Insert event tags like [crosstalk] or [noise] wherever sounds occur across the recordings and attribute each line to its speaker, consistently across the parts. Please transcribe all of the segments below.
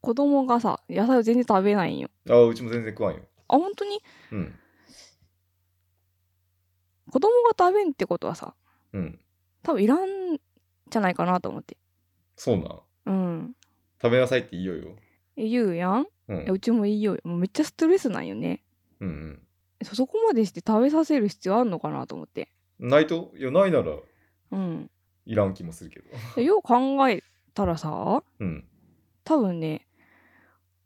Speaker 1: 子供がさ野菜を全然食べないんよ
Speaker 2: ああ、うちも全然食わんよ。
Speaker 1: あ本当に
Speaker 2: うん。
Speaker 1: 子供が食べんってことはさ
Speaker 2: うん。
Speaker 1: 多分いらんじゃないかなと思って
Speaker 2: そうなん。
Speaker 1: うん
Speaker 2: 食べなさいって言いようよ。
Speaker 1: 言うやんい
Speaker 2: う
Speaker 1: や
Speaker 2: ん。
Speaker 1: うちもいいよもうめっちゃストレスなんよね
Speaker 2: うん、
Speaker 1: そそこまでして食べさせる必要あるのかなと思って
Speaker 2: うん。ないといや、ないなら
Speaker 1: うん
Speaker 2: いらん気もするけど。
Speaker 1: でよう考えたらさ
Speaker 2: うん。
Speaker 1: 多分ね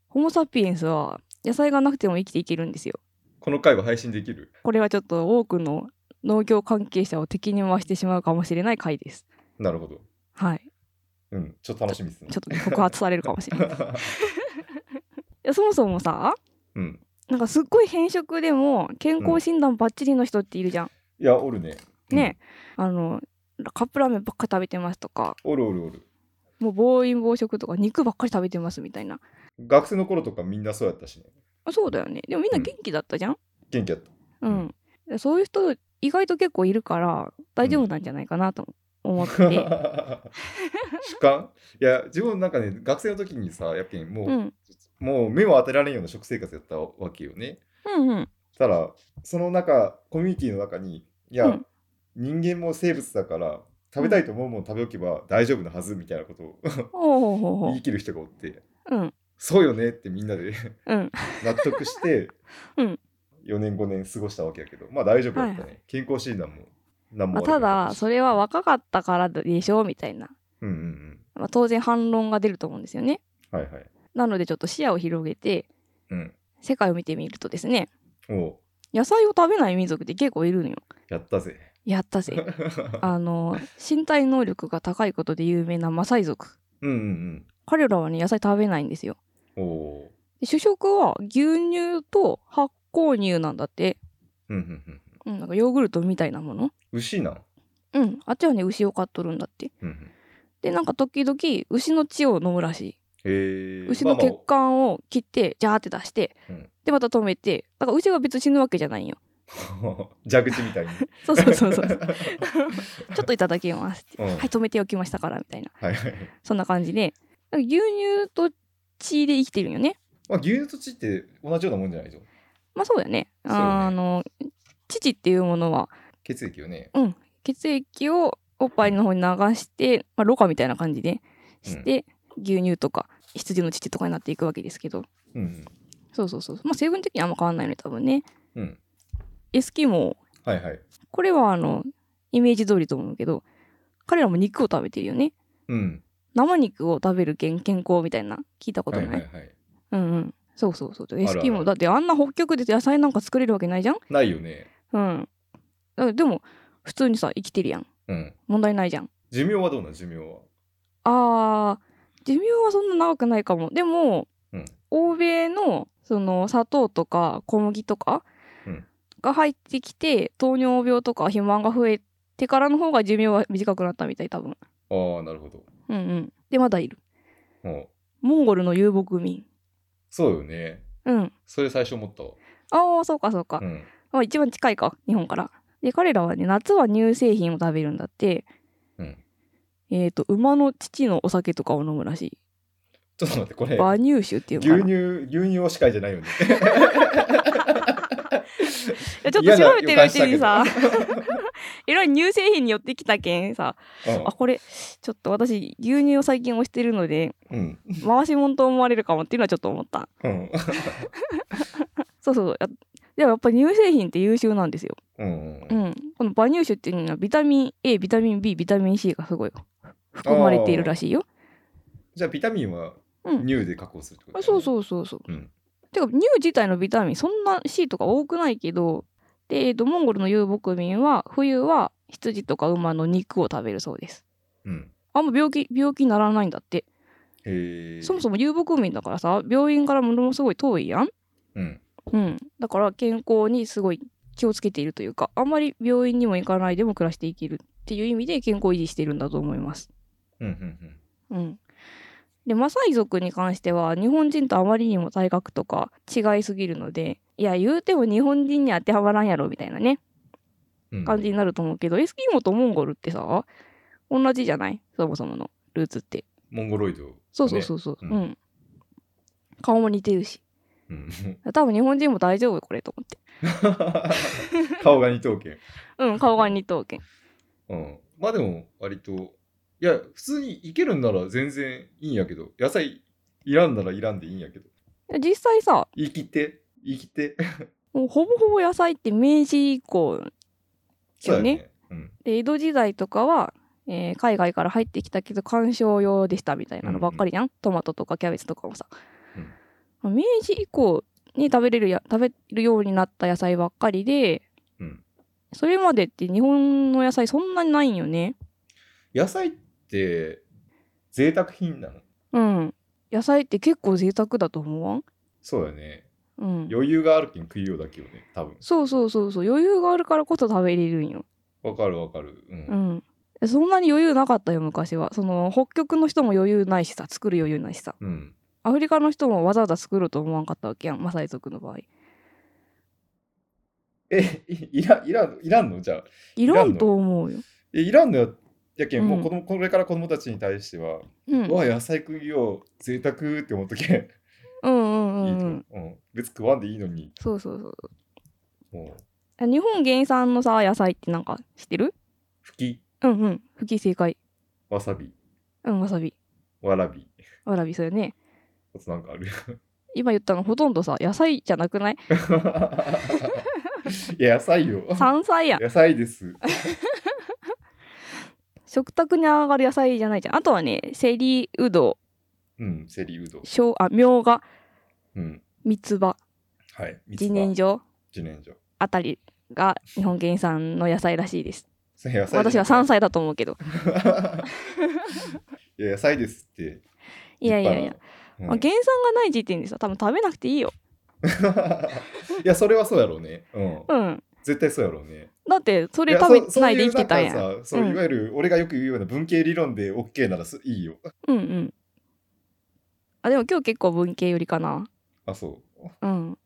Speaker 1: ホモ・サピエンスは野菜がなくても生きていけるんですよ
Speaker 2: この回は配信できる。
Speaker 1: これはちょっと多くの農業関係者を敵に回してしまうかもしれない回です
Speaker 2: なるほど。
Speaker 1: はい
Speaker 2: うん。ちょっと楽しみですね
Speaker 1: ちょっ。とね告発されるかもしれないいやそもそもさ
Speaker 2: うん。
Speaker 1: なんかすっごい偏食でも健康診断バッチリの人っているじゃん、
Speaker 2: いや、おるね。
Speaker 1: ねあのカップラーメンばっか食べてますとか
Speaker 2: うん。おるおるおる。
Speaker 1: もう暴飲暴食とか肉ばっかり食べてますみたいな
Speaker 2: 学生の頃とかみんなそうやったしね。
Speaker 1: あそうだよねでもみんな元気だったじゃん
Speaker 2: 元気やった。
Speaker 1: うん、そういう人意外と結構いるから大丈夫なんじゃないかなと思って、うん
Speaker 2: [laughs] 主観いや自分なんかね学生の時にさやっぱりもう、もう目を当てられんような食生活やったわけよね
Speaker 1: うんうん
Speaker 2: ただその中コミュニティの中にいや、
Speaker 1: うん
Speaker 2: 人間も生物だから食べたいと思うもの食べおけば大丈夫なはずみたいなことを
Speaker 1: ほうほうほうほ
Speaker 2: [laughs] 言い切る人がおって
Speaker 1: ううん
Speaker 2: そうよねってみんなで [laughs]
Speaker 1: うん
Speaker 2: 納得して、
Speaker 1: うん
Speaker 2: 4年5年過ごしたわけやけどまあ大丈夫だったね、
Speaker 1: はい健
Speaker 2: 健康診断も何
Speaker 1: ま
Speaker 2: も
Speaker 1: あ、
Speaker 2: 悪く
Speaker 1: た
Speaker 2: なかっ
Speaker 1: だ
Speaker 2: し
Speaker 1: それは若かったからでしょうみたいな、
Speaker 2: うんうん
Speaker 1: まあ、当然反論が出ると思うんですよね
Speaker 2: うんはいはい
Speaker 1: なのでちょっと視野を広げて
Speaker 2: うん
Speaker 1: 世界を見てみるとですね
Speaker 2: おう
Speaker 1: 野菜を食べない民族って結構いるのよ
Speaker 2: やったぜ
Speaker 1: やった
Speaker 2: [laughs]
Speaker 1: ぜあの身体能力が高いことで有名なマサイ族
Speaker 2: うんうん
Speaker 1: 彼らはね野菜食べないんですよ
Speaker 2: うんおう
Speaker 1: で主食は牛乳と発酵乳なんだって、
Speaker 2: うんうんうん
Speaker 1: うん、なんかヨーグルトみたいなもの
Speaker 2: 牛なん
Speaker 1: うんあっちはね牛を飼っとるんだって
Speaker 2: うんうん
Speaker 1: でなんか時々牛の血を飲むらし
Speaker 2: へ
Speaker 1: い
Speaker 2: え
Speaker 1: 牛の
Speaker 2: まあまあ
Speaker 1: 血管を切ってジャーって出して、
Speaker 2: うん
Speaker 1: でまた止めてだから牛が別に死ぬわけじゃないんよ
Speaker 2: [laughs] 蛇口みたいに。
Speaker 1: そうそうそう
Speaker 2: [laughs]
Speaker 1: そうちょっといただきますって、
Speaker 2: うん
Speaker 1: はい止めておきましたからみたいな
Speaker 2: はいはい。
Speaker 1: そんな感じでなんか牛乳と血で生きてるんよね
Speaker 2: まあ、牛乳と血って同じようなもんじゃないぞ。
Speaker 1: まあそうだよね
Speaker 2: そうね
Speaker 1: あの乳っていうものは
Speaker 2: 血液よね。
Speaker 1: 血液をおっぱいの方に流して、まあ、ろ過みたいな感じでして、牛乳とか羊の乳とかになっていくわけですけど
Speaker 2: うん
Speaker 1: そうそうそうまあ成分的にはあんま変わんないよね多分ね
Speaker 2: うん。うん。
Speaker 1: エスキモー
Speaker 2: はいはい。
Speaker 1: これはあのイメージ通りと思うけど彼らも肉を食べてるよね
Speaker 2: うん。
Speaker 1: 生肉を食べる健健康みたいな聞いたこと
Speaker 2: は
Speaker 1: ないい、
Speaker 2: はいはい。
Speaker 1: うんうんそうそうそうエ
Speaker 2: るあ
Speaker 1: ス
Speaker 2: る
Speaker 1: キモーだってあんな北極で野菜なんか作れるわけないじゃん
Speaker 2: ないよね。
Speaker 1: うんだでも普通にさ生きてるやん
Speaker 2: うん。
Speaker 1: 問題ないじゃん
Speaker 2: 寿命はどうなん寿命は。
Speaker 1: あー寿命はそんな長くないかもでも、
Speaker 2: うん
Speaker 1: 欧米のその砂糖とか小麦とか
Speaker 2: うん
Speaker 1: が入ってきて糖尿病とか肥満が増えてからの方が寿命は短くなったみたい多分
Speaker 2: ああ、なるほど。
Speaker 1: うんうんでまだいる
Speaker 2: うん。
Speaker 1: モンゴルの遊牧民
Speaker 2: そうよね。
Speaker 1: うん
Speaker 2: それ最初思ったわ。
Speaker 1: ああそうかそうか、
Speaker 2: うん。
Speaker 1: まあ、一番近いか日本からで彼らはね夏は乳製品を食べるんだって
Speaker 2: うん。
Speaker 1: えっ、と馬の乳のお酒とかを飲むらし
Speaker 2: ちょっと待って、こ
Speaker 1: い
Speaker 2: れ。
Speaker 1: 馬乳酒っていう
Speaker 2: 牛
Speaker 1: のかな
Speaker 2: 乳、牛乳を司会じゃないよね。
Speaker 1: いやちょっと
Speaker 2: 嫌な
Speaker 1: 調べてるうちに
Speaker 2: 予
Speaker 1: さ
Speaker 2: 感
Speaker 1: [laughs] いろいろ乳製品に寄ってきたけんさ [laughs] あこれちょっと私牛乳を最近推してるので
Speaker 2: うん。うん。
Speaker 1: 回し物と思われるかもっていうのはちょっと思った
Speaker 2: うん。
Speaker 1: そうそうやでもやっぱり乳製品って優秀なんですよ、
Speaker 2: うん。
Speaker 1: う
Speaker 2: うん
Speaker 1: ん、この馬乳酒っていうのはビタミン A ビタミン B ビタミン C がすごい含まれているらしいよ
Speaker 2: じゃあ、ビタミンは
Speaker 1: うん
Speaker 2: 乳で加工するってこと
Speaker 1: あ
Speaker 2: だ
Speaker 1: そ
Speaker 2: よ
Speaker 1: う
Speaker 2: ね
Speaker 1: そうそうそう、
Speaker 2: うん
Speaker 1: てか乳自体のビタミンそんな C とか多くないけどで、えっとモンゴルの遊牧民は冬は羊とか馬の肉を食べるそうです
Speaker 2: うん。
Speaker 1: あんま病気病気にならないんだって、
Speaker 2: へえ。
Speaker 1: そもそも遊牧民だからさ病院からものすごい遠いやん
Speaker 2: うん。
Speaker 1: うんだから健康にすごい気をつけているというかあんまり病院にも行かないでも暮らしていけるっていう意味で健康を維持してるんだと思います
Speaker 2: うんうん
Speaker 1: うんでマサイ族に関しては日本人とあまりにも体格とか違いすぎるのでいや言うても日本人に当てはまらんやろみたいなね
Speaker 2: うんうん。
Speaker 1: 感じになると思うけど、エスキモとモンゴルってさ同じじゃないそもそものルーツって
Speaker 2: モンゴロイド、
Speaker 1: そうそうそうそう、
Speaker 2: ね
Speaker 1: う、
Speaker 2: うん
Speaker 1: 顔も似てるし
Speaker 2: うん、 [laughs]
Speaker 1: 多分日本人も大丈夫これと思って
Speaker 2: 顔が二等圏。
Speaker 1: うん顔が二等圏
Speaker 2: うん。まあでも、割と、いや、普通にいけるんなら全然いいんやけど、野菜いらんならいらんでいいんやけど、
Speaker 1: 実際さ
Speaker 2: 生きて、生きて。
Speaker 1: もうほぼほぼ野菜って明治以降
Speaker 2: そうや
Speaker 1: よ
Speaker 2: ね。うん。
Speaker 1: で江戸時代とかは、えー海外から入ってきたけど観賞用でしたみたいなのばっかりじゃん、トマトとかキャベツとかもさ、明治以降に食べれるや食べるようになった野菜ばっかりで、
Speaker 2: うん
Speaker 1: それまでって日本の野菜そんなにないんよね
Speaker 2: 野菜って、贅沢品なの
Speaker 1: うん野菜って結構贅沢だと思わん
Speaker 2: そうやね。
Speaker 1: うん
Speaker 2: 余裕があるけん食いようだけよね、多分。
Speaker 1: そうそうそうそう余裕があるからこそ食べれるんよ
Speaker 2: わかるわかる。うん。
Speaker 1: うんそんなに余裕なかったよ昔はその北極の人も余裕ないしさ作る余裕ないしさ
Speaker 2: うん。
Speaker 1: アフリカの人もわざわざ作ろうと思わんかったわけやんマサイ族の場合
Speaker 2: え、いいらいらん、いらんのじゃあ。
Speaker 1: いらんと思うよ
Speaker 2: え、いらんのや、やけん、もううん子供、これから子供たちに対しては、
Speaker 1: うん
Speaker 2: うわ、野菜食いよう、贅沢って思っとけん。
Speaker 1: うんうんう
Speaker 2: いい
Speaker 1: ん
Speaker 2: と
Speaker 1: う
Speaker 2: 思
Speaker 1: ん
Speaker 2: ううん、別に食わんでいいのに。
Speaker 1: そうそうそう
Speaker 2: もう
Speaker 1: 日本原産のさ野菜ってなんか知ってる
Speaker 2: ふき、
Speaker 1: うんうんふき正解
Speaker 2: わさび、
Speaker 1: うんわさび
Speaker 2: わらび。
Speaker 1: わらびそうよね
Speaker 2: あとなんかある。 [laughs]
Speaker 1: 今言ったのほとんどさ野菜じゃなくない
Speaker 2: いや、野菜よ。
Speaker 1: 山菜やん
Speaker 2: 野菜です。
Speaker 1: 食卓に上がる野菜じゃないじゃんあとはねセリうど
Speaker 2: うん、セリうどん。
Speaker 1: しょうあみょうが
Speaker 2: うん。
Speaker 1: みつば
Speaker 2: はい。三つ葉
Speaker 1: 自然薯
Speaker 2: 自然薯。
Speaker 1: あたりが日本原産の野菜らしいです
Speaker 2: それ野菜
Speaker 1: 私は山菜だと思うけど
Speaker 2: いや、野菜ですって。
Speaker 1: いやいやいや
Speaker 2: 立派
Speaker 1: まあ、原産がない時点でさ多分食べなくていいよ
Speaker 2: な。うん [laughs] いや、それはそうやろうね。うん。
Speaker 1: うん
Speaker 2: 絶対そうやろうね。
Speaker 1: だってそ
Speaker 2: そ
Speaker 1: れ食べないで生きてたんやん
Speaker 2: そういうなんかさそう
Speaker 1: うん
Speaker 2: いわゆる俺がよく言うような文系理論で OK ならすいいよ。
Speaker 1: うんうんあでも今日結構文系寄りかな
Speaker 2: あ、そう。
Speaker 1: うん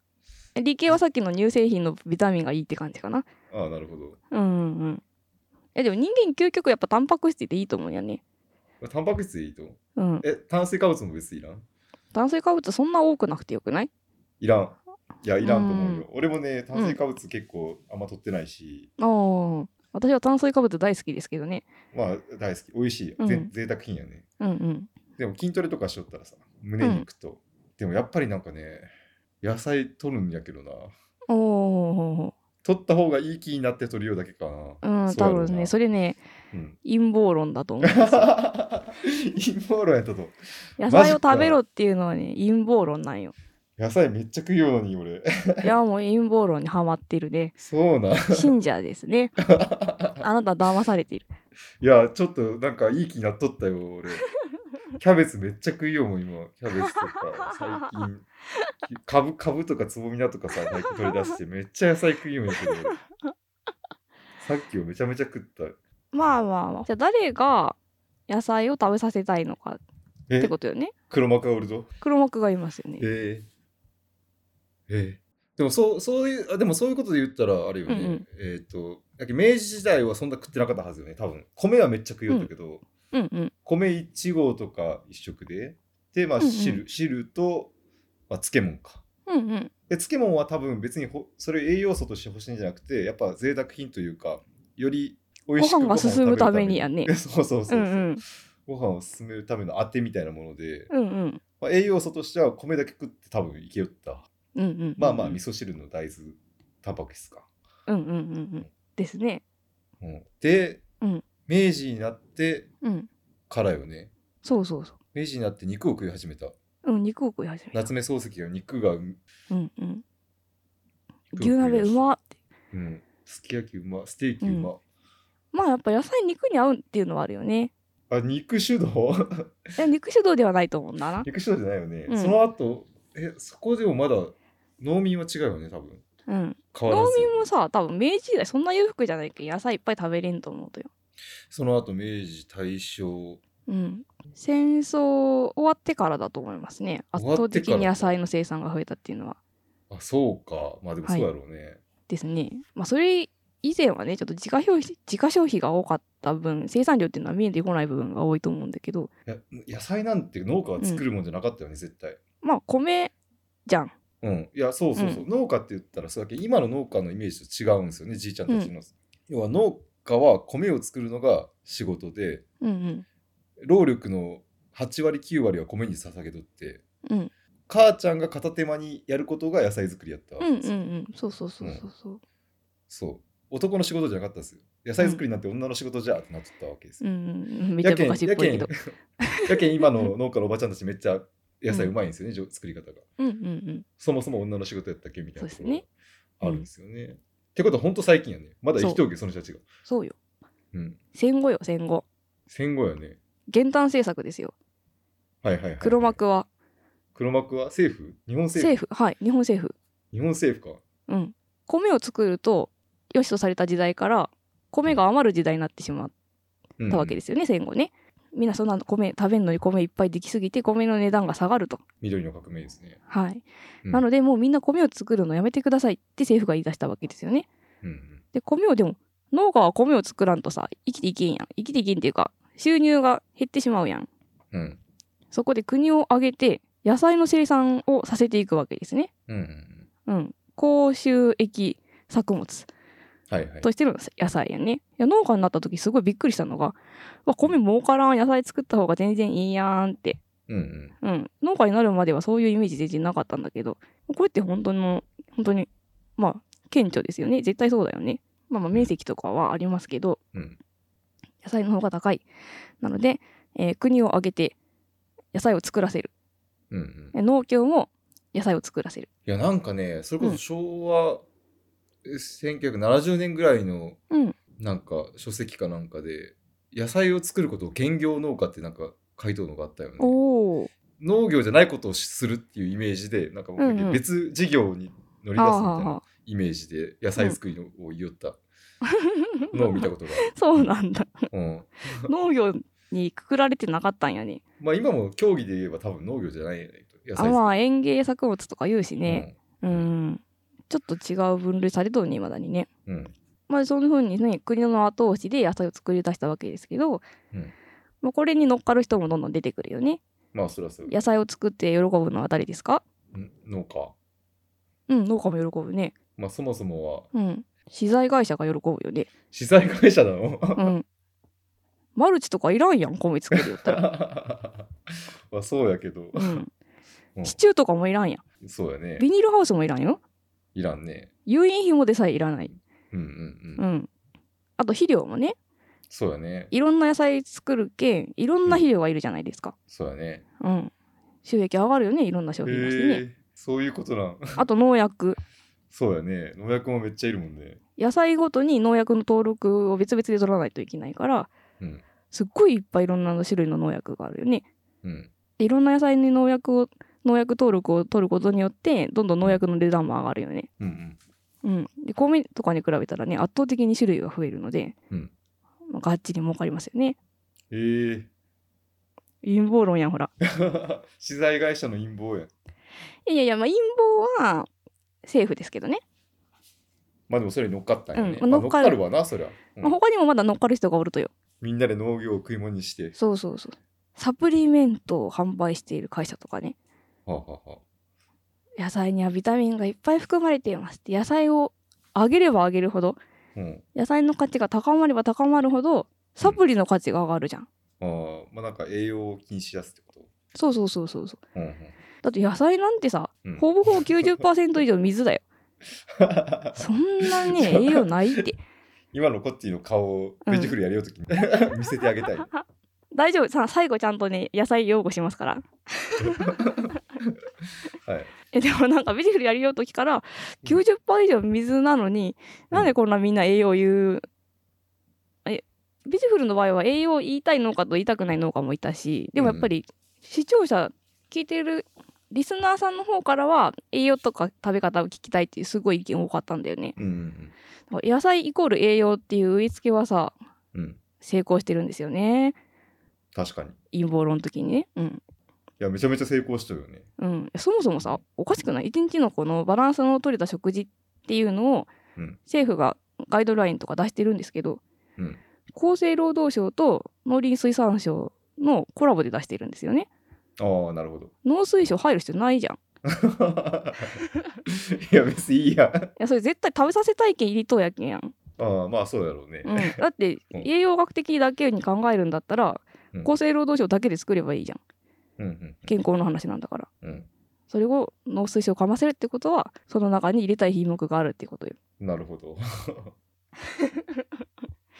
Speaker 1: 理系はさっきの乳製品のビタミンがいいって感じかな
Speaker 2: ああ、なるほど。
Speaker 1: うんうんうんえでも人間究極やっぱタンパク質でいいと思うんやね
Speaker 2: タンパク質でいいと思う。
Speaker 1: うん
Speaker 2: え、炭水化物も別にいらん
Speaker 1: 炭水化物そんな多くなくてよくない
Speaker 2: いらん。いや、いらんと思うよ。俺もね、炭水化物結構あんま取ってないし、
Speaker 1: ああ私は炭水化物大好きですけどね
Speaker 2: まあ大好き、美味しい、
Speaker 1: うん
Speaker 2: ぜ贅沢品やね。
Speaker 1: うんうん
Speaker 2: でも筋トレとかしとったらさ、胸肉と、でもやっぱりなんかね、野菜取るんやけどな。
Speaker 1: おお
Speaker 2: 取った方がいい気になって取るようだけか
Speaker 1: う
Speaker 2: な。
Speaker 1: ん多分ねそ
Speaker 2: れ。
Speaker 1: れね
Speaker 2: [laughs] うん、
Speaker 1: 陰謀論だと
Speaker 2: [laughs]
Speaker 1: 思う
Speaker 2: 陰謀論やったと。
Speaker 1: 野
Speaker 2: マジ
Speaker 1: 菜を
Speaker 2: か
Speaker 1: 食べろっていうのはね陰謀論なんよ
Speaker 2: 野菜めっちゃ食うように [laughs] 俺。
Speaker 1: いやもう陰謀論にはまってる
Speaker 2: [laughs]
Speaker 1: ね
Speaker 2: そうなん。
Speaker 1: 信者ですねあなた騙されている
Speaker 2: いや、ちょっとなんかいい気になっとったよ、
Speaker 1: [laughs]
Speaker 2: 俺。キャベツめっちゃ食いよ、もう今。キャベツとか、最
Speaker 1: [laughs]
Speaker 2: 近。かぶかぶとかつぼみだとかさ、最近取り出して、めっちゃ野菜食いようんやけど。俺さっきをめちゃめちゃ食った。
Speaker 1: まあまあまあじゃあ誰が野菜を食べさせたいのかっ
Speaker 2: え
Speaker 1: てことよね
Speaker 2: 黒幕がおるぞ。
Speaker 1: 黒幕がいますよね
Speaker 2: えー、えーでもそう、そういう、あでもそういうことで言ったら、あれよね。
Speaker 1: うんうん
Speaker 2: えっ、と、だけど明治時代はそんな食ってなかったはずよね、多分。米はめっちゃ食いよったけど。
Speaker 1: うんうん
Speaker 2: 米1合とか1食でで、まあ
Speaker 1: うんうん
Speaker 2: 汁汁と、まあ、漬物か
Speaker 1: うんうん
Speaker 2: で漬物は多分別にほそれを栄養素として欲しいんじゃなくてやっぱ贅沢品というかより美味しく
Speaker 1: ご飯が
Speaker 2: を食べ
Speaker 1: 進む
Speaker 2: る
Speaker 1: ためにやね
Speaker 2: [laughs] そうそうそ
Speaker 1: う
Speaker 2: うそう、
Speaker 1: んうん
Speaker 2: ご飯を進めるためのあてみたいなもので、
Speaker 1: うんうん
Speaker 2: まあ、栄養素としては米だけ食って多分いけよった
Speaker 1: うんうん
Speaker 2: まあまあ味噌汁の大豆タンパク質か、
Speaker 1: うんうんうんうんですね
Speaker 2: うん、で、
Speaker 1: うん
Speaker 2: 明治になって
Speaker 1: うん
Speaker 2: からよね
Speaker 1: そうそうそ
Speaker 2: 明治になって肉を食い始めた
Speaker 1: ううん肉を食い始めた
Speaker 2: 夏目漱石が肉がう
Speaker 1: うんうん
Speaker 2: 肉を食い
Speaker 1: 牛鍋うまって
Speaker 2: うん。すき焼きうま、ステーキうま。
Speaker 1: まあやっぱ野菜肉に合うっていうのはあるよね
Speaker 2: あ、肉主導 [laughs]
Speaker 1: いや肉主導ではないと思うんだな
Speaker 2: 肉主導じゃないよね。
Speaker 1: うん
Speaker 2: その後、え、そこでもまだ農民は違うよね、多分。
Speaker 1: うん
Speaker 2: 変わら
Speaker 1: 農
Speaker 2: ず。
Speaker 1: 民もさ多分明治時代そんな裕福じゃないけど野菜いっぱい食べれんと思うとよ
Speaker 2: その後、明治、大正。
Speaker 1: うん、戦争終わってからだと思いますね圧
Speaker 2: 終わ
Speaker 1: 倒
Speaker 2: ってか
Speaker 1: 的
Speaker 2: ら
Speaker 1: に野菜の生産が増えたっていうのは
Speaker 2: あ、そうか。まあでもそうやろうね。
Speaker 1: ですね、まあ、それ以前はねちょっと自家消費自家消費が多かった分生産量っていうのは見えてこない部分が多いと思うんだけど
Speaker 2: いや野菜なんて農家は作るもんじゃなかったよね、絶対。
Speaker 1: まあ米じゃん。
Speaker 2: うん、いやそうそうそう、農家って言ったらそうだけど今の農家のイメージと違うんですよねじいちゃんたちの、要は農家は米を作るのが仕事で
Speaker 1: うん
Speaker 2: 労力の8割9割は米に捧げとって
Speaker 1: うんうん
Speaker 2: 母ちゃんが片手間にやることが野菜作りやったわ
Speaker 1: う
Speaker 2: け
Speaker 1: ん
Speaker 2: です
Speaker 1: う
Speaker 2: よ、
Speaker 1: んうんそうそうそうそうそう。
Speaker 2: そう男の仕事じゃなかったんですよ野菜作りなんて女の仕事じゃってなっちゃったわけです
Speaker 1: う
Speaker 2: よ、
Speaker 1: ん、めっち
Speaker 2: や
Speaker 1: ゃ
Speaker 2: けん
Speaker 1: 昔っ
Speaker 2: や
Speaker 1: ぽい
Speaker 2: け
Speaker 1: け
Speaker 2: ん
Speaker 1: ど。
Speaker 2: [laughs] やけん今の農家のおばちゃんたちめっちゃ野菜うまいんですよね、じょ作り方が
Speaker 1: うんうんうん。
Speaker 2: そもそも女の仕事やったっけみたいなところ
Speaker 1: そうです
Speaker 2: あるんですよね、ってことはほんと最近やねまだ生きとるけどその人たちが
Speaker 1: そうよ。
Speaker 2: うん
Speaker 1: 戦後よ、戦後。
Speaker 2: 戦後やね
Speaker 1: 減反政策ですよ。
Speaker 2: はいはいはい、
Speaker 1: 黒幕は
Speaker 2: 黒幕は政府日本政府
Speaker 1: 政府、はい、日本政府。
Speaker 2: 日本政府か
Speaker 1: うん。米を作ると良しとされた時代から米が余る時代になってしまっ
Speaker 2: うん
Speaker 1: たわけですよね、戦後ね。みんなそんな米食べんのに米いっぱいできすぎて米の値段が下がると。
Speaker 2: 緑の革命ですね
Speaker 1: はい。
Speaker 2: うん
Speaker 1: なのでもうみんな米を作るのやめてくださいって政府が言い出したわけですよね。
Speaker 2: うんうん
Speaker 1: で米をでも農家は米を作らんとさ生きていけんやん生きていけんっていうか収入が減ってしまうやん
Speaker 2: うん
Speaker 1: そこで国を挙げて野菜の生産をさせていくわけですね
Speaker 2: うんうんうん
Speaker 1: うん高収益作物
Speaker 2: はいはい
Speaker 1: としての野菜やね、いや農家になった時すごいびっくりしたのが「わ米儲からん野菜作った方が全然いいやん」って、
Speaker 2: うんうん
Speaker 1: うん、農家になるまではそういうイメージ全然なかったんだけどこれって本当の本当にまあ顕著ですよね絶対そうだよねまあまあ面積とかはありますけど
Speaker 2: うん
Speaker 1: 野菜の方が高い。なので、えー国を挙げて野菜を作らせる。
Speaker 2: うんうん
Speaker 1: え農協も野菜を作らせる。
Speaker 2: いやなんかねそれこ
Speaker 1: うん
Speaker 2: そ昭和1970年ぐらいの
Speaker 1: うん
Speaker 2: なんか書籍かなんかで野菜を作ることを兼業農家ってなんか書いてるのがあったよね
Speaker 1: おお。
Speaker 2: 農業じゃないことをするっていうイメージでなんかも
Speaker 1: うんうん
Speaker 2: う別事業に乗り
Speaker 1: あ
Speaker 2: 出すみ
Speaker 1: あ
Speaker 2: たいな
Speaker 1: あ
Speaker 2: イメージで野菜作りのを言おったのを見たことがある
Speaker 1: そうなんだ。
Speaker 2: うん、
Speaker 1: 農業にくくられてなかったんやね。
Speaker 2: まあ今も競技で言えば多分農業じゃないよね野
Speaker 1: あ
Speaker 2: 菜
Speaker 1: まあ園芸作物とか言うしね。
Speaker 2: ね、
Speaker 1: うん。ちょっと違う分類されとるね、未だにね。
Speaker 2: うんうん
Speaker 1: まあそんな風にね、国の後押しで野菜を作り出したわけですけど、
Speaker 2: うん
Speaker 1: まあこれに乗っかる人もどんどん出てくるよね。
Speaker 2: まあそりゃそう
Speaker 1: 野菜を作って喜ぶのは誰ですか
Speaker 2: ん農家
Speaker 1: うん、農家も喜ぶね。
Speaker 2: まあそもそもは
Speaker 1: うん。資材会社が喜ぶよね。
Speaker 2: 資材会社なの
Speaker 1: うん。 [laughs] マルチとかいらんやん、米作るよったら。
Speaker 2: [laughs] まあそうやけど、
Speaker 1: うん。
Speaker 2: うん
Speaker 1: シチューとかもいらんやん。
Speaker 2: そうやね
Speaker 1: ビニールハウスもいらんよ。
Speaker 2: いらんね
Speaker 1: 誘引紐でさえいらない。
Speaker 2: うんうんうん、
Speaker 1: うん。あと肥料もね、
Speaker 2: そうやね
Speaker 1: いろんな野菜作るけん、いろんな肥料がいるじゃないですか。
Speaker 2: そうやね
Speaker 1: うん。収益上がるよね、いろんな商
Speaker 2: へ
Speaker 1: 品出してね。
Speaker 2: えそういうことなん [laughs]
Speaker 1: あと農薬。
Speaker 2: そうやね農薬もめっちゃいるもんね
Speaker 1: 野菜ごとに農薬の登録を別々で取らないといけないから、
Speaker 2: うん
Speaker 1: すっごいいっぱいいろんな種類の農薬があるよね。
Speaker 2: うん
Speaker 1: でいろんな野菜に農薬を、農薬登録を取ることによって、どんどん農薬の値段も上がるよね。
Speaker 2: うん
Speaker 1: うん、で米とかに比べたらね圧倒的に種類が増えるので、
Speaker 2: うん
Speaker 1: まあ、がっちり儲かりますよね
Speaker 2: うんへえ
Speaker 1: 陰謀論やんほら
Speaker 2: [laughs] 資材会社の陰謀や
Speaker 1: いやいやまあ陰謀は政府ですけどね、
Speaker 2: まあでもそれに乗っかったんやね、
Speaker 1: うん
Speaker 2: ま
Speaker 1: 乗
Speaker 2: あ乗
Speaker 1: っ
Speaker 2: っ
Speaker 1: か
Speaker 2: か
Speaker 1: る
Speaker 2: るわなそりゃ、うん
Speaker 1: まあ、他にもまだ乗っかる人がおるとよ
Speaker 2: みんなで農業を食い物にして
Speaker 1: そうそうそうサプリメントを販売している会社とかね
Speaker 2: はあ、はあはあ、
Speaker 1: 野菜にはビタミンがいっぱい含まれていますって野菜をあげればあげるほど
Speaker 2: うん
Speaker 1: 野菜の価値が高まれば高まるほどサプリの価値が上がるじゃん、
Speaker 2: あーまあなんか栄養を気にしやすってこと
Speaker 1: そうそうそうそうそう
Speaker 2: うんうん [laughs]
Speaker 1: だって野菜なんてさ
Speaker 2: うん
Speaker 1: ほぼほぼ90%以上水だよそんなね栄養ない
Speaker 2: [laughs]
Speaker 1: って
Speaker 2: 今のコッティの顔を
Speaker 1: うん
Speaker 2: ベジフルやりようときに [laughs] 見せてあげたい。
Speaker 1: 大丈夫さ最後ちゃんとね野菜擁護しますから
Speaker 2: はい。
Speaker 1: えでもなんかビジフルやりよう時から90%以上水なのになんでこんなみんな栄養言うえビジフルの場合は栄養言いたい農家と言いたくない農家もいたしでもやっぱり視聴者聞いてるリスナーさんの方からは栄養とか食べ方を聞きたいっていうすごい意見多かったんだよね
Speaker 2: うんうん
Speaker 1: だから野菜イコール栄養っていう植え付けはさ
Speaker 2: うんうん。
Speaker 1: 成功してるんですよね
Speaker 2: 確かに。い
Speaker 1: 陰謀論の時にねうん
Speaker 2: や、めちゃめちゃ成功してるよね。
Speaker 1: うん、そもそもさおかしくない一日のこのバランスの取れた食事っていうのを、
Speaker 2: うん
Speaker 1: 政府がガイドラインとか出してるんですけど
Speaker 2: うん。
Speaker 1: 厚生労働省と農林水産省のコラボで出してるんですよね
Speaker 2: ああ、なるほど。 [laughs]
Speaker 1: 農水省入る必要ないじゃん
Speaker 2: いや別にいいや
Speaker 1: いやそれ絶対食べさせたいけん入りとうやけんやん、
Speaker 2: ああまあそうやろ [laughs] うね、
Speaker 1: うん、だって
Speaker 2: うん
Speaker 1: 栄養学的だけに考えるんだったら、
Speaker 2: うん
Speaker 1: 厚生労働省だけで作ればいいじゃん
Speaker 2: うん
Speaker 1: 健康の話なんだから
Speaker 2: うんうん
Speaker 1: それを農水省をかませるってことはその中に入れたい品目があるってことよ
Speaker 2: なるほど [laughs]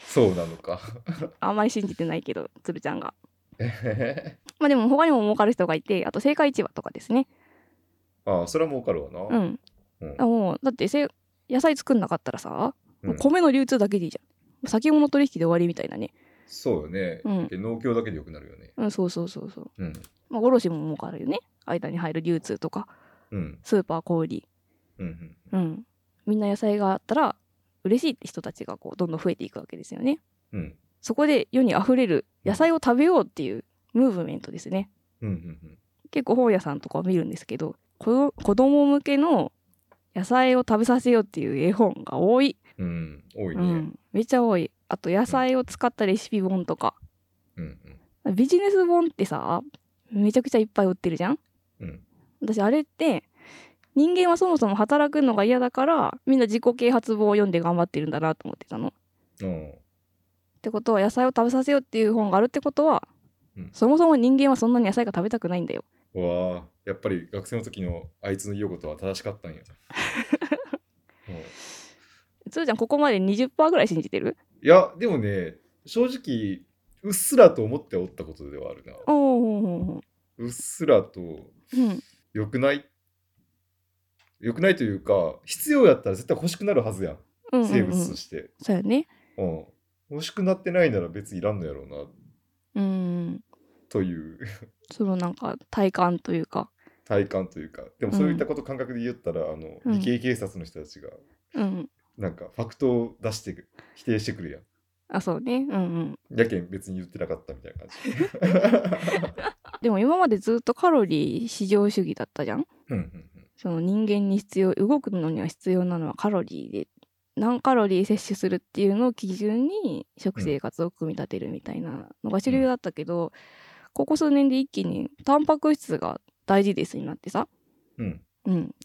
Speaker 2: そうなのか [laughs]
Speaker 1: あんまり信じてないけど鶴ちゃんが
Speaker 2: え
Speaker 1: まあでも他にも儲かる人がいてあと青果市場とかですね
Speaker 2: ああそれは儲かるわな、
Speaker 1: うん、
Speaker 2: うん
Speaker 1: あもうだってせ野菜作んなかったらさ、
Speaker 2: うん
Speaker 1: 米の流通だけでいいじゃん先物取引で終わりみたいなね
Speaker 2: そうよね、
Speaker 1: うん
Speaker 2: で農協だけでよくなるよね
Speaker 1: うんそうそうそうそう
Speaker 2: うん
Speaker 1: まあ卸も儲かるよね間に入る流通とか
Speaker 2: うん
Speaker 1: スーパー小売り
Speaker 2: うんうん
Speaker 1: うんみんな野菜があったら嬉しいって人たちがこうどんどん増えていくわけですよね
Speaker 2: うん
Speaker 1: そこで世にあふれる野菜を食べようっていうムーブメントですね
Speaker 2: うんうん
Speaker 1: 結構本屋さんとかを見るんですけどこ子供向けの野菜を食べさせようっていう絵本が多い
Speaker 2: うんうん多いうね、うん、
Speaker 1: ん、めっちゃ多いあと野菜を使ったレシピ本とか
Speaker 2: うん
Speaker 1: ビジネス本ってさめちゃくちゃいっぱい売ってるじゃん
Speaker 2: うん
Speaker 1: 私あれって人間はそもそも働くのが嫌だからみんな自己啓発本を読んで頑張ってるんだなと思ってたの。っ
Speaker 2: うん
Speaker 1: てことは野菜を食べさせようっていう本があるってことは、
Speaker 2: うん
Speaker 1: そもそも人間はそんなに野菜が食べたくないんだよ。
Speaker 2: うわあやっぱり学生の時のあいつの言うことは正しかった
Speaker 1: [laughs]
Speaker 2: んや、うんい
Speaker 1: つーちゃんここまで20%ぐらい信じてる
Speaker 2: やでもね正直うっすらと思っておったことではあるな
Speaker 1: おお
Speaker 2: うっすらと
Speaker 1: うん
Speaker 2: 良くない良くないというか必要やったら絶対欲しくなるはずやん
Speaker 1: うんうん、
Speaker 2: 生物として、
Speaker 1: そうやね。
Speaker 2: うん欲しくなってないなら別にいらんのやろうな
Speaker 1: うん
Speaker 2: という
Speaker 1: そのなんか体感というか、
Speaker 2: 体感というかでも
Speaker 1: うん
Speaker 2: そういったこと感覚で言ったら、あの
Speaker 1: うん
Speaker 2: 理系警察の人たちが
Speaker 1: うん、
Speaker 2: なんかファクトを出してく否定してくるやん
Speaker 1: あそうねうんうん
Speaker 2: やけん別に言ってなかったみたいな感
Speaker 1: [laughs]
Speaker 2: じ。
Speaker 1: でも今までずっとカロリー至上主義だったじゃん
Speaker 2: うんうんうん
Speaker 1: その人間に必要動くのには必要なのはカロリーで何カロリー摂取するっていうのを基準に食生活を組み立てるみたいなのが主流だったけど、ここ数年で一気にタンパク質が大事ですになってさ、うん、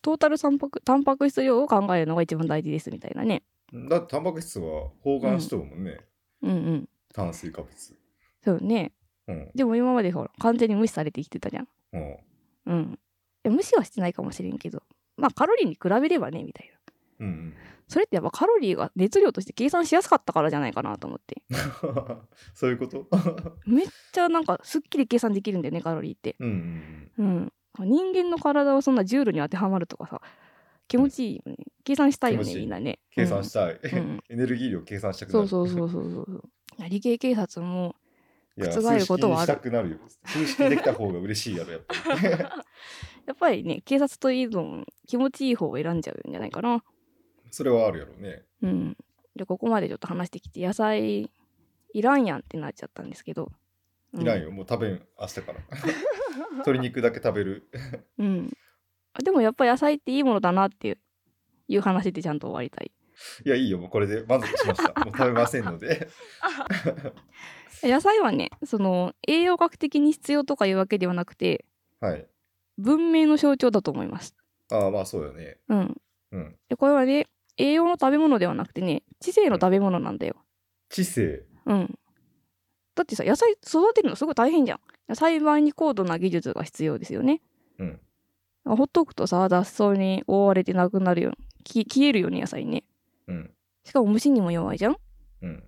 Speaker 1: トータルタンパクタンパク質量を考えるのが一番大事ですみたいなね
Speaker 2: うん、だってタンパク質は包含しとるもんね、
Speaker 1: うんうん
Speaker 2: 炭水化物。
Speaker 1: そうね
Speaker 2: うん
Speaker 1: でも今までほら完全に無視されてきてたじゃん
Speaker 2: うん、
Speaker 1: うんいや無視はしてないかもしれんけどまあカロリーに比べればねみたいな
Speaker 2: うんうん、 [laughs]
Speaker 1: それってやっぱカロリーが熱量として計算しやすかったからじゃないかなと思って
Speaker 2: そういうこと
Speaker 1: めっちゃなんかすっきり計算できるんだよねカロリーって
Speaker 2: うんうん
Speaker 1: うん人間の体をそんなジュールに当てはまるとかさ気持ちいいよね計算したいよ
Speaker 2: 気持
Speaker 1: ね
Speaker 2: ちいい
Speaker 1: みんなね
Speaker 2: 計算したい、
Speaker 1: うん
Speaker 2: [laughs] エネルギー量計算したくな
Speaker 1: そ
Speaker 2: る
Speaker 1: うそうそうそうそうそういや理系警察も
Speaker 2: いや
Speaker 1: 覆ることはある
Speaker 2: 数式にしたくなるよ数式できた方が嬉しいやろやっ
Speaker 1: [laughs]
Speaker 2: ぱり
Speaker 1: やっぱりね警察といえども気持ちいい方を選んじゃうんじゃないかな
Speaker 2: それはあるやろうね
Speaker 1: うんでここまでちょっと話してきて野菜いらんやんってなっちゃったんですけど、う
Speaker 2: いらんよもう食べん明日から [laughs] 鶏肉だけ食べる
Speaker 1: うん。あでもやっぱ野菜っていいものだなっていういう話でちゃんと終わり
Speaker 2: [laughs]
Speaker 1: たい。
Speaker 2: いやいいよもうこれで満足し
Speaker 1: [laughs]
Speaker 2: ましたもう食べませんので
Speaker 1: 野菜はね、その栄養学的に必要とかいうわけではなくて、
Speaker 2: はい
Speaker 1: 文明の象徴だと思います。
Speaker 2: ああまあそうよね
Speaker 1: うん。
Speaker 2: うん
Speaker 1: で、これはね、栄養の食べ物ではなくてね、知性の食べ物なんだよ。
Speaker 2: 知性
Speaker 1: うん。だってさ、野菜育てるのすごい大変じゃん。栽培に高度な技術が必要ですよね。
Speaker 2: うん
Speaker 1: ほっとくとさ、雑草に覆われてなくなるよ。き消えるよね、野菜ね。
Speaker 2: うん
Speaker 1: しかも虫にも弱いじゃん。
Speaker 2: うん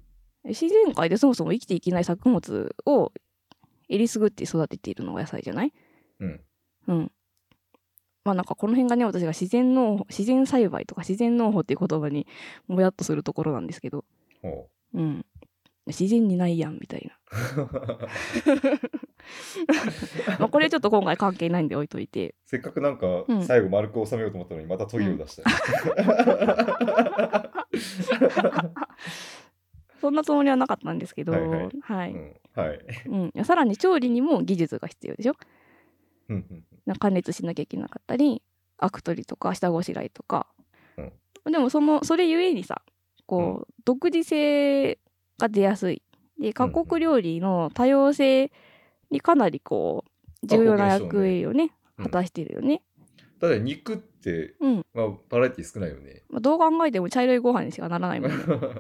Speaker 1: 自然界でそもそも生きていけない作物をえりすぐって育てているのが野菜じゃない
Speaker 2: うん
Speaker 1: うんまあなんかこの辺がね私が自然農法自然栽培とか自然農法っていう言葉にもやっとするところなんですけど
Speaker 2: ほ
Speaker 1: うん自然にないやんみたいな、
Speaker 2: う
Speaker 1: まあ、これはちょっと今回関係ないんで置いといて
Speaker 2: せっかくなんか
Speaker 1: うん
Speaker 2: 最後丸く収めようと思ったのにまたトゲを出した、
Speaker 1: そんなつもりはなかったんですけど
Speaker 2: はいは
Speaker 1: は
Speaker 2: い [laughs] う
Speaker 1: い
Speaker 2: ん、はい、
Speaker 1: うんさらに調理にも技術が必要でしょ
Speaker 2: うんうん
Speaker 1: なんか加熱しなきゃいけなかったりアク取りとか下ごしらえとか、
Speaker 2: うん
Speaker 1: でもそのそれゆえにさこう、独自性が出やすいで
Speaker 2: うんうん
Speaker 1: 各国料理の多様性にかなりこう重要な役割をね、
Speaker 2: うん
Speaker 1: 果たしてるよね、
Speaker 2: ただ肉って、
Speaker 1: うん
Speaker 2: まあ、バラエティ少ないよね。
Speaker 1: まあ、どう考えても茶色いご飯にしかならないもんね。
Speaker 2: [laughs] そうだね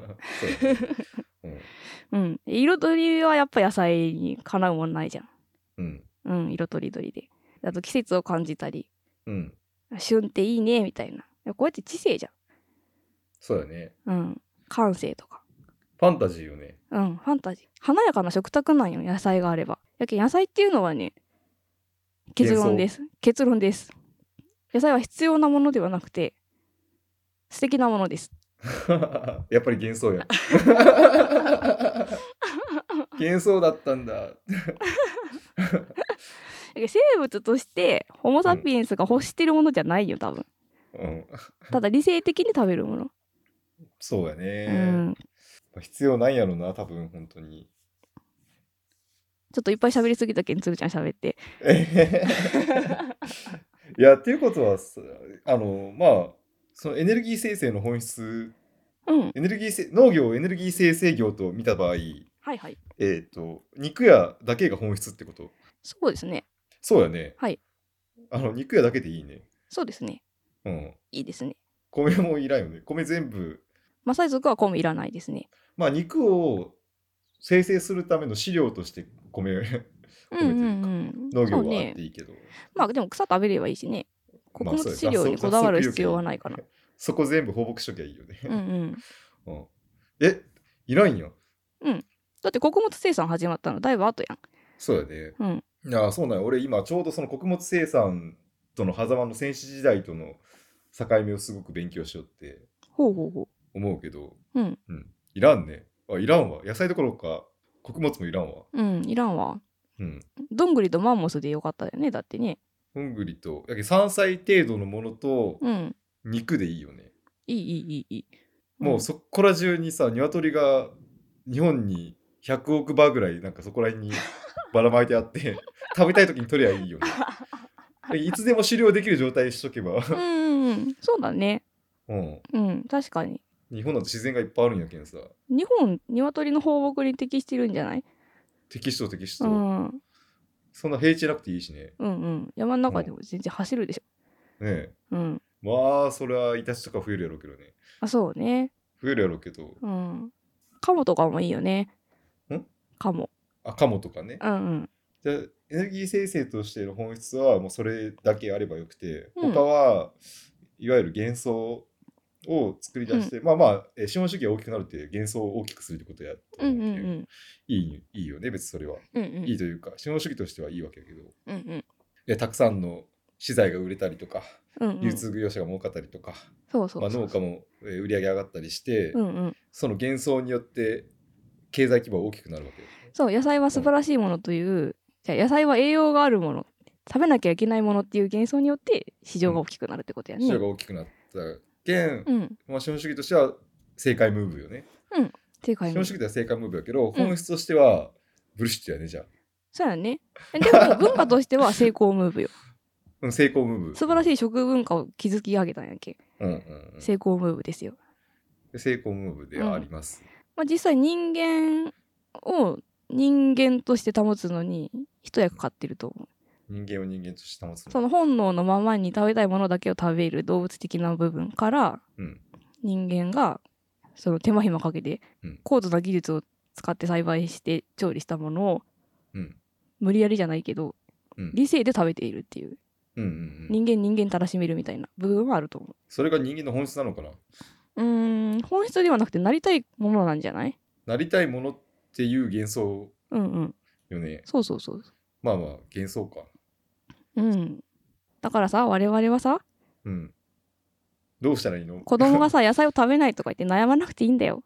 Speaker 2: うん
Speaker 1: うん。彩りはやっぱ野菜にかなうもんないじゃん。
Speaker 2: うん
Speaker 1: うん、色とりどりで。あと季節を感じたり、
Speaker 2: うん
Speaker 1: 旬っていいね、みたいな。こうやって知性じ
Speaker 2: そうだね。
Speaker 1: ゃん。うん。感性とか。
Speaker 2: ファンタジーよね。 [laughs]
Speaker 1: うん、ファンタジー。華やかな食卓なんよ、野菜があれば。やけん野菜っていうのはね、結論です。結論です。野菜は必要なものではなくて、素敵なものです。
Speaker 2: やっぱり幻想や。
Speaker 1: [laughs]
Speaker 2: 幻想だったんだ。
Speaker 1: やけん生物として、ホモ・サピエンスが欲してるものじゃないよ、多分。
Speaker 2: うん、
Speaker 1: ただ理性的に食べるもの。
Speaker 2: そうや
Speaker 1: う
Speaker 2: ね。
Speaker 1: ん。
Speaker 2: 必要ないやろな、多分本
Speaker 1: [laughs]
Speaker 2: 当に。
Speaker 1: ちょっといっぱい喋りすぎたけん、つるちゃん喋って。
Speaker 2: いや、っていうことはさ、あの、まあ、そのエネルギー生成の本質、
Speaker 1: うん。
Speaker 2: エネルギーせ農業をエネルギー生成業と見た場合、
Speaker 1: はいはい。
Speaker 2: えっ、と、肉屋だけが本質ってこと
Speaker 1: そうですね。
Speaker 2: そうやね。
Speaker 1: はい。
Speaker 2: あの、肉屋だけでいいね。
Speaker 1: そうですね。
Speaker 2: うん。
Speaker 1: いいですね。
Speaker 2: 米もいらんよね。米全部、
Speaker 1: マサイ族は米いらないですね。
Speaker 2: まあ、肉を生成するための飼料として米、 [laughs]
Speaker 1: う
Speaker 2: 米と
Speaker 1: ん
Speaker 2: いう
Speaker 1: う
Speaker 2: か
Speaker 1: んうん。
Speaker 2: 農業
Speaker 1: そう
Speaker 2: はあっ
Speaker 1: ね
Speaker 2: て。いいけど、
Speaker 1: まあでも草食べればいいしね。穀
Speaker 2: まあそう
Speaker 1: 物
Speaker 2: や
Speaker 1: 飼料にこだわる必要はないかな。
Speaker 2: そこ全部放牧しときゃいいよね。
Speaker 1: [laughs] うんうん。
Speaker 2: うんえいらんよ。
Speaker 1: だって穀物生産始まったのだいぶ後やん。
Speaker 2: そうやね。
Speaker 1: うん
Speaker 2: いや、そうなんよ俺今ちょうどその穀物生産との狭間の戦士時代との境目をすごく勉強しようって
Speaker 1: ほうほうほ
Speaker 2: 思うけど、
Speaker 1: う。うん。
Speaker 2: うん、いらんね。あ、いらんわ。野菜どころか穀物もいらんわ。
Speaker 1: うん。いらんわ。
Speaker 2: うん。
Speaker 1: どんぐりとマンモスでよかったよね。だってね。
Speaker 2: ほんぐりと、やけ山菜程度のものと
Speaker 1: うん。
Speaker 2: 肉でいいよね。
Speaker 1: いいいいいいいい。
Speaker 2: もうそこら中にさ、鶏が日本に100億羽ぐらいなんかそこら
Speaker 1: [laughs]
Speaker 2: 辺にばらまいてあって、食べたい時に取りゃいいよね。でいつでも狩猟できる状態にしとけば、
Speaker 1: うん。うんうん。そうだね。
Speaker 2: うん、
Speaker 1: うん。確かに。
Speaker 2: 日本だと自然がいっぱいあるんやけんさ
Speaker 1: 日本、鶏の放牧に適してるんじゃない
Speaker 2: 適しと適し
Speaker 1: う
Speaker 2: と、
Speaker 1: ん。うん
Speaker 2: そんな平地なくていいしね
Speaker 1: うん。山の中でも全然走るでし
Speaker 2: ねえ
Speaker 1: ょ。うん。
Speaker 2: まあそれはイタチとか増えるやろうけどね
Speaker 1: あ、そうね。
Speaker 2: 増えるやろうけど
Speaker 1: うん。カモとかもいいよね。
Speaker 2: ん
Speaker 1: カモ。
Speaker 2: あカモとかね
Speaker 1: うんうん。
Speaker 2: じゃあエネルギー生成としての本質はもうそれだけあればよくて
Speaker 1: うん
Speaker 2: 他はいわゆる幻想を作り出して、まあまあえー資本主義が大きくなるって幻想を大きくするってことやと
Speaker 1: う
Speaker 2: 思
Speaker 1: んう
Speaker 2: け
Speaker 1: ん
Speaker 2: ど
Speaker 1: うん。
Speaker 2: いいいいよね別にそれは、
Speaker 1: うんうん。
Speaker 2: いいというか資本主義としてはいいわけやけど
Speaker 1: うんうん。
Speaker 2: でたくさんの資材が売れたりとか
Speaker 1: うんうん
Speaker 2: 流通業者が儲かったりとか、
Speaker 1: そうそうそう
Speaker 2: まあ、農家もえー売り上げ上がったりして、
Speaker 1: うんうん、
Speaker 2: その幻想によって経済規模は大きくなるわけよ
Speaker 1: そう野菜は素晴らしいものというじゃあ野菜は栄養があるもの食べなきゃいけないものっていう幻想によって市場が大きくなるってことやね。
Speaker 2: 市場が大きくなったけん、
Speaker 1: うん、
Speaker 2: まあ、資本主義としては正解ムーブよね、
Speaker 1: 正解
Speaker 2: 資
Speaker 1: も
Speaker 2: 本主義では正解ムーブやけど、本質としてはブルシットやねじゃあ、
Speaker 1: そうやね。でも文化としては成功ムーブよ。
Speaker 2: うん、成功ムーブ
Speaker 1: 素晴らし
Speaker 2: い、
Speaker 1: い食文化を築き上げたんやけ。
Speaker 2: うんうんうん
Speaker 1: 成功ムーブですよ。
Speaker 2: 成功ムーブではあります、
Speaker 1: まあ、実際人間を人間として保つのに一役買ってると思う。
Speaker 2: 人間を人間として保つ
Speaker 1: その本能のままに食べたいものだけを食べる動物的な部分から、
Speaker 2: うん
Speaker 1: 人間がその手間暇かけて
Speaker 2: うん
Speaker 1: 高度な技術を使って栽培して調理したものを
Speaker 2: うん
Speaker 1: 無理やりじゃないけど、
Speaker 2: うん
Speaker 1: 理性で食べているっていう
Speaker 2: うんうんうん、
Speaker 1: 人間人間たらしめるみたいな部分はあると思
Speaker 2: それが人間の本質なのかな
Speaker 1: ううーん本質ではなくてなりたいものなんじゃない
Speaker 2: なりたいものっていう幻想
Speaker 1: うんうん
Speaker 2: よね
Speaker 1: そうそうそう
Speaker 2: まあまあ幻想か
Speaker 1: うんだからさ我々はさ
Speaker 2: うんどうしたらいいの
Speaker 1: 子供が
Speaker 2: [laughs]
Speaker 1: さ野菜を食べないとか言って悩まなくていいんだよ、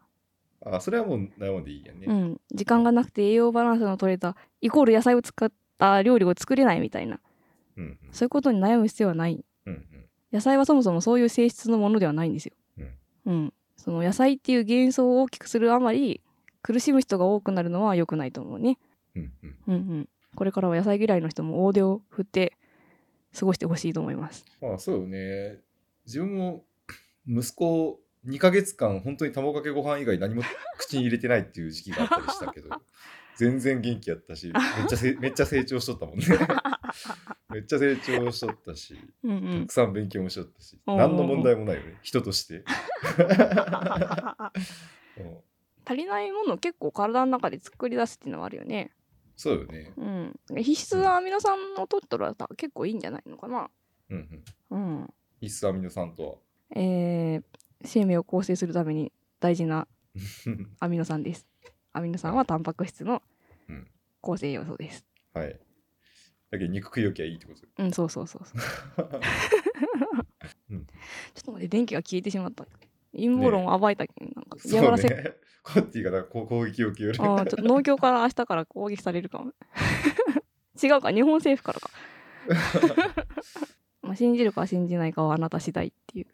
Speaker 2: あそれはもう悩んでいいやね、
Speaker 1: うん時間がなくて栄養バランスの取れたイコール野菜を使った料理を作れないみたいな
Speaker 2: うんうん
Speaker 1: そういうことに悩む必要はない
Speaker 2: うんうん
Speaker 1: 野菜はそもそもそういう性質のものではないんですよ。うん。その野菜っていう幻想を大きくするあまり苦しむ人が多くなるのは良くないと思うね。
Speaker 2: うんうん
Speaker 1: うんうん。これからは野菜嫌いの人も大手を振って過ごしてほしいと思います。
Speaker 2: まあそうよね自分も息子を2ヶ月間本当に卵かけご飯以外何も口に入れてないっていう時期があったり [laughs] [laughs] したけど全然元気やったしめっちゃせめっちゃ成長しとったもんね、めっちゃ成長しとったし、
Speaker 1: うんう
Speaker 2: た
Speaker 1: [laughs] ん
Speaker 2: くさん勉強もしとったし、
Speaker 1: おー
Speaker 2: 何の問題もないよね、人として。 [laughs] うん
Speaker 1: 足りないものを結構体の中で作り出すっていうのはあるよね。
Speaker 2: そうよね。
Speaker 1: うん、必須なアミノ酸を取っとら結構いいんじゃないのかな。
Speaker 2: うんうん。
Speaker 1: うん
Speaker 2: 必須アミノ酸とは。
Speaker 1: えー生命を構成するために大事なアミノ酸です。アミノ酸はタンパク質の
Speaker 2: うん
Speaker 1: 構成要素です。
Speaker 2: はい。だけど肉食いよきゃいいってこと。
Speaker 1: うん、そうそうそうそう。ちょ
Speaker 2: [laughs]
Speaker 1: っと待って、電気が消えてしまった。陰謀論を暴いたけん、なんか嫌が
Speaker 2: そ
Speaker 1: らせ。
Speaker 2: うね。コッティがなんかこう攻撃を受けよる。
Speaker 1: ああ、ちょっと農協から明日から攻撃されるかも。 [laughs] 違うか、日本政府からか。 [laughs] まあ、信じるか信じないかはあなた次第っていう。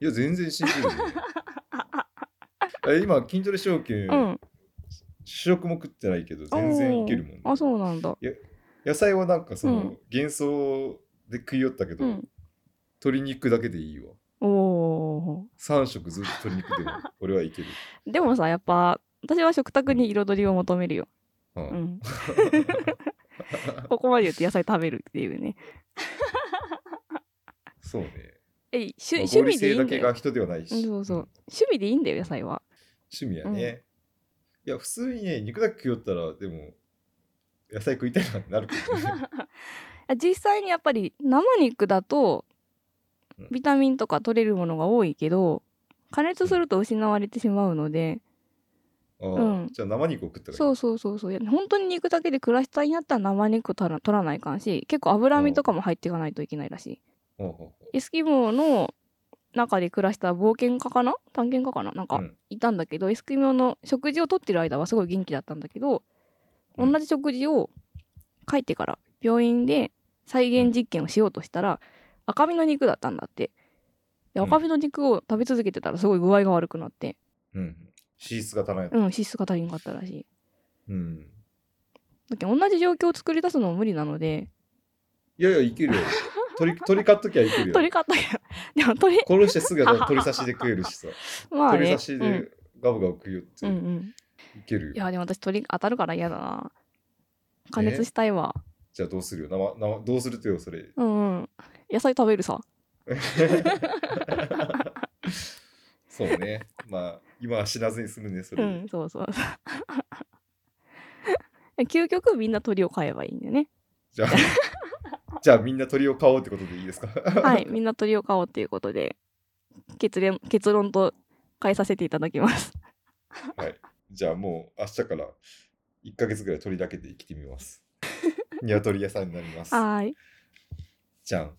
Speaker 2: いや、全然信じるよ、
Speaker 1: [laughs]
Speaker 2: え今、筋トレ証券、
Speaker 1: うん。
Speaker 2: 主食も食ってないけど、全然いけるもん、ね。
Speaker 1: あ、そうなんだ。
Speaker 2: 野菜はなんかその、
Speaker 1: うん
Speaker 2: 幻想で食いよったけど、
Speaker 1: うん。
Speaker 2: 鶏肉だけでいいわ。
Speaker 1: おお
Speaker 2: 3食ずっと鶏肉
Speaker 1: [laughs]
Speaker 2: でも俺はいける。
Speaker 1: ー。でもさ、やっぱ、私は食卓に彩りを求めるよ。
Speaker 2: うん
Speaker 1: うん。ここまで言って野菜食べるっていうね。
Speaker 2: そうね。
Speaker 1: えい、趣
Speaker 2: まあ
Speaker 1: 趣
Speaker 2: 合理
Speaker 1: 味でいい
Speaker 2: 性
Speaker 1: ん
Speaker 2: だ
Speaker 1: だ
Speaker 2: け
Speaker 1: よ。う
Speaker 2: が
Speaker 1: ん
Speaker 2: 人ではないし。
Speaker 1: そうそ
Speaker 2: ん
Speaker 1: う。趣味でいいんだよ、野菜は。
Speaker 2: 趣味やね。いや、普通にね、肉だけ食いよったら、でも、野菜食いたいなってなるけ
Speaker 1: [laughs]
Speaker 2: どね。
Speaker 1: あ実際にやっぱり生肉だと
Speaker 2: うん
Speaker 1: ビタミンとか取れるものが多いけど加熱すると失われてしまうので
Speaker 2: ああ
Speaker 1: うん
Speaker 2: じゃあ生肉を食ったらいい
Speaker 1: そうそうそうそういや本当に肉だけで暮らしたいんやったら生肉取ら取らないかんし結構脂身とかも入っていかないといけないらし
Speaker 2: ほうほう
Speaker 1: いエスキモーの中で暮らした冒険家かな探検家かななん
Speaker 2: ほう
Speaker 1: かいたんだけど、エスキモーの食事をとってる間はすごい元気だったんだけど同
Speaker 2: うん
Speaker 1: じ食事を書いてから病院で再現実験をしようとしたら赤身の肉だったんだってで
Speaker 2: うん
Speaker 1: 赤身の肉を食べ続けてたらすごい具合が悪くなって
Speaker 2: うん。うん。脂質が足らない。
Speaker 1: うん脂質が足りんかったらしい
Speaker 2: うん。
Speaker 1: だけど同じ状況を作り出すのも無理なので
Speaker 2: いやいや、いけるよ。鳥、
Speaker 1: [laughs]
Speaker 2: 鳥買っときゃいけるよ。
Speaker 1: 鳥買ったけどでも鳥
Speaker 2: 殺してすぐ
Speaker 1: [laughs]
Speaker 2: やったら鳥刺しで食えるしさ。
Speaker 1: まあ
Speaker 2: 鳥
Speaker 1: ね
Speaker 2: 刺しでガブガブ食いよっ
Speaker 1: う
Speaker 2: て
Speaker 1: ん、うんうん
Speaker 2: いける
Speaker 1: い
Speaker 2: よ。
Speaker 1: やでも私鳥当たるから嫌だな加熱したいわ
Speaker 2: じゃあどうするよ。生生どうするって
Speaker 1: [laughs]
Speaker 2: よ、それ。
Speaker 1: うんうん野菜食べるさ
Speaker 2: そうね。まあ、今は死なずに済むね、それ
Speaker 1: う
Speaker 2: で。
Speaker 1: んそう [laughs] そう究極みんな鳥を飼えばいいんだよ [laughs] ね
Speaker 2: じゃあ、 [laughs] じゃあみんな鳥を飼おうってことでいいですか
Speaker 1: はい、みんな鳥を飼おうということで、結論結論と変えさせていただき [laughs] ます。
Speaker 2: [laughs] じゃあもう明日から1ヶ月ぐ
Speaker 1: [laughs]
Speaker 2: らい鳥だけで生きてみます。鶏屋さんになります。
Speaker 1: はーい。
Speaker 2: じゃん。